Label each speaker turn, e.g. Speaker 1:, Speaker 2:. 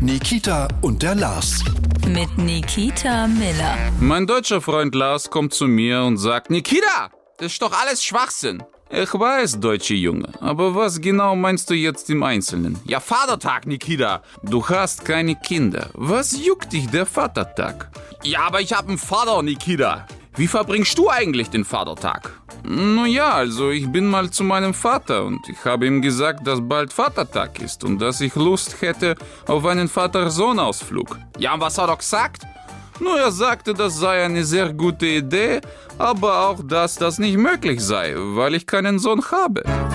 Speaker 1: Nikita und der Lars.
Speaker 2: Mit Nikita Miller.
Speaker 3: Mein deutscher Freund Lars kommt zu mir und sagt, Nikita, das ist doch alles Schwachsinn. Ich weiß, deutsche Junge, aber was genau meinst du jetzt im Einzelnen? Ja, Vatertag, Nikita. Du hast keine Kinder. Was juckt dich der Vatertag? Ja, aber ich habe einen Vater, Nikita. Wie verbringst du eigentlich den Vatertag? Nun ja, also ich bin mal zu meinem Vater und ich habe ihm gesagt, dass bald Vatertag ist und dass ich Lust hätte auf einen Vater-Sohn-Ausflug. Ja, und was hat er gesagt? Nur er sagte, das sei eine sehr gute Idee, aber auch, dass das nicht möglich sei, weil ich keinen Sohn habe.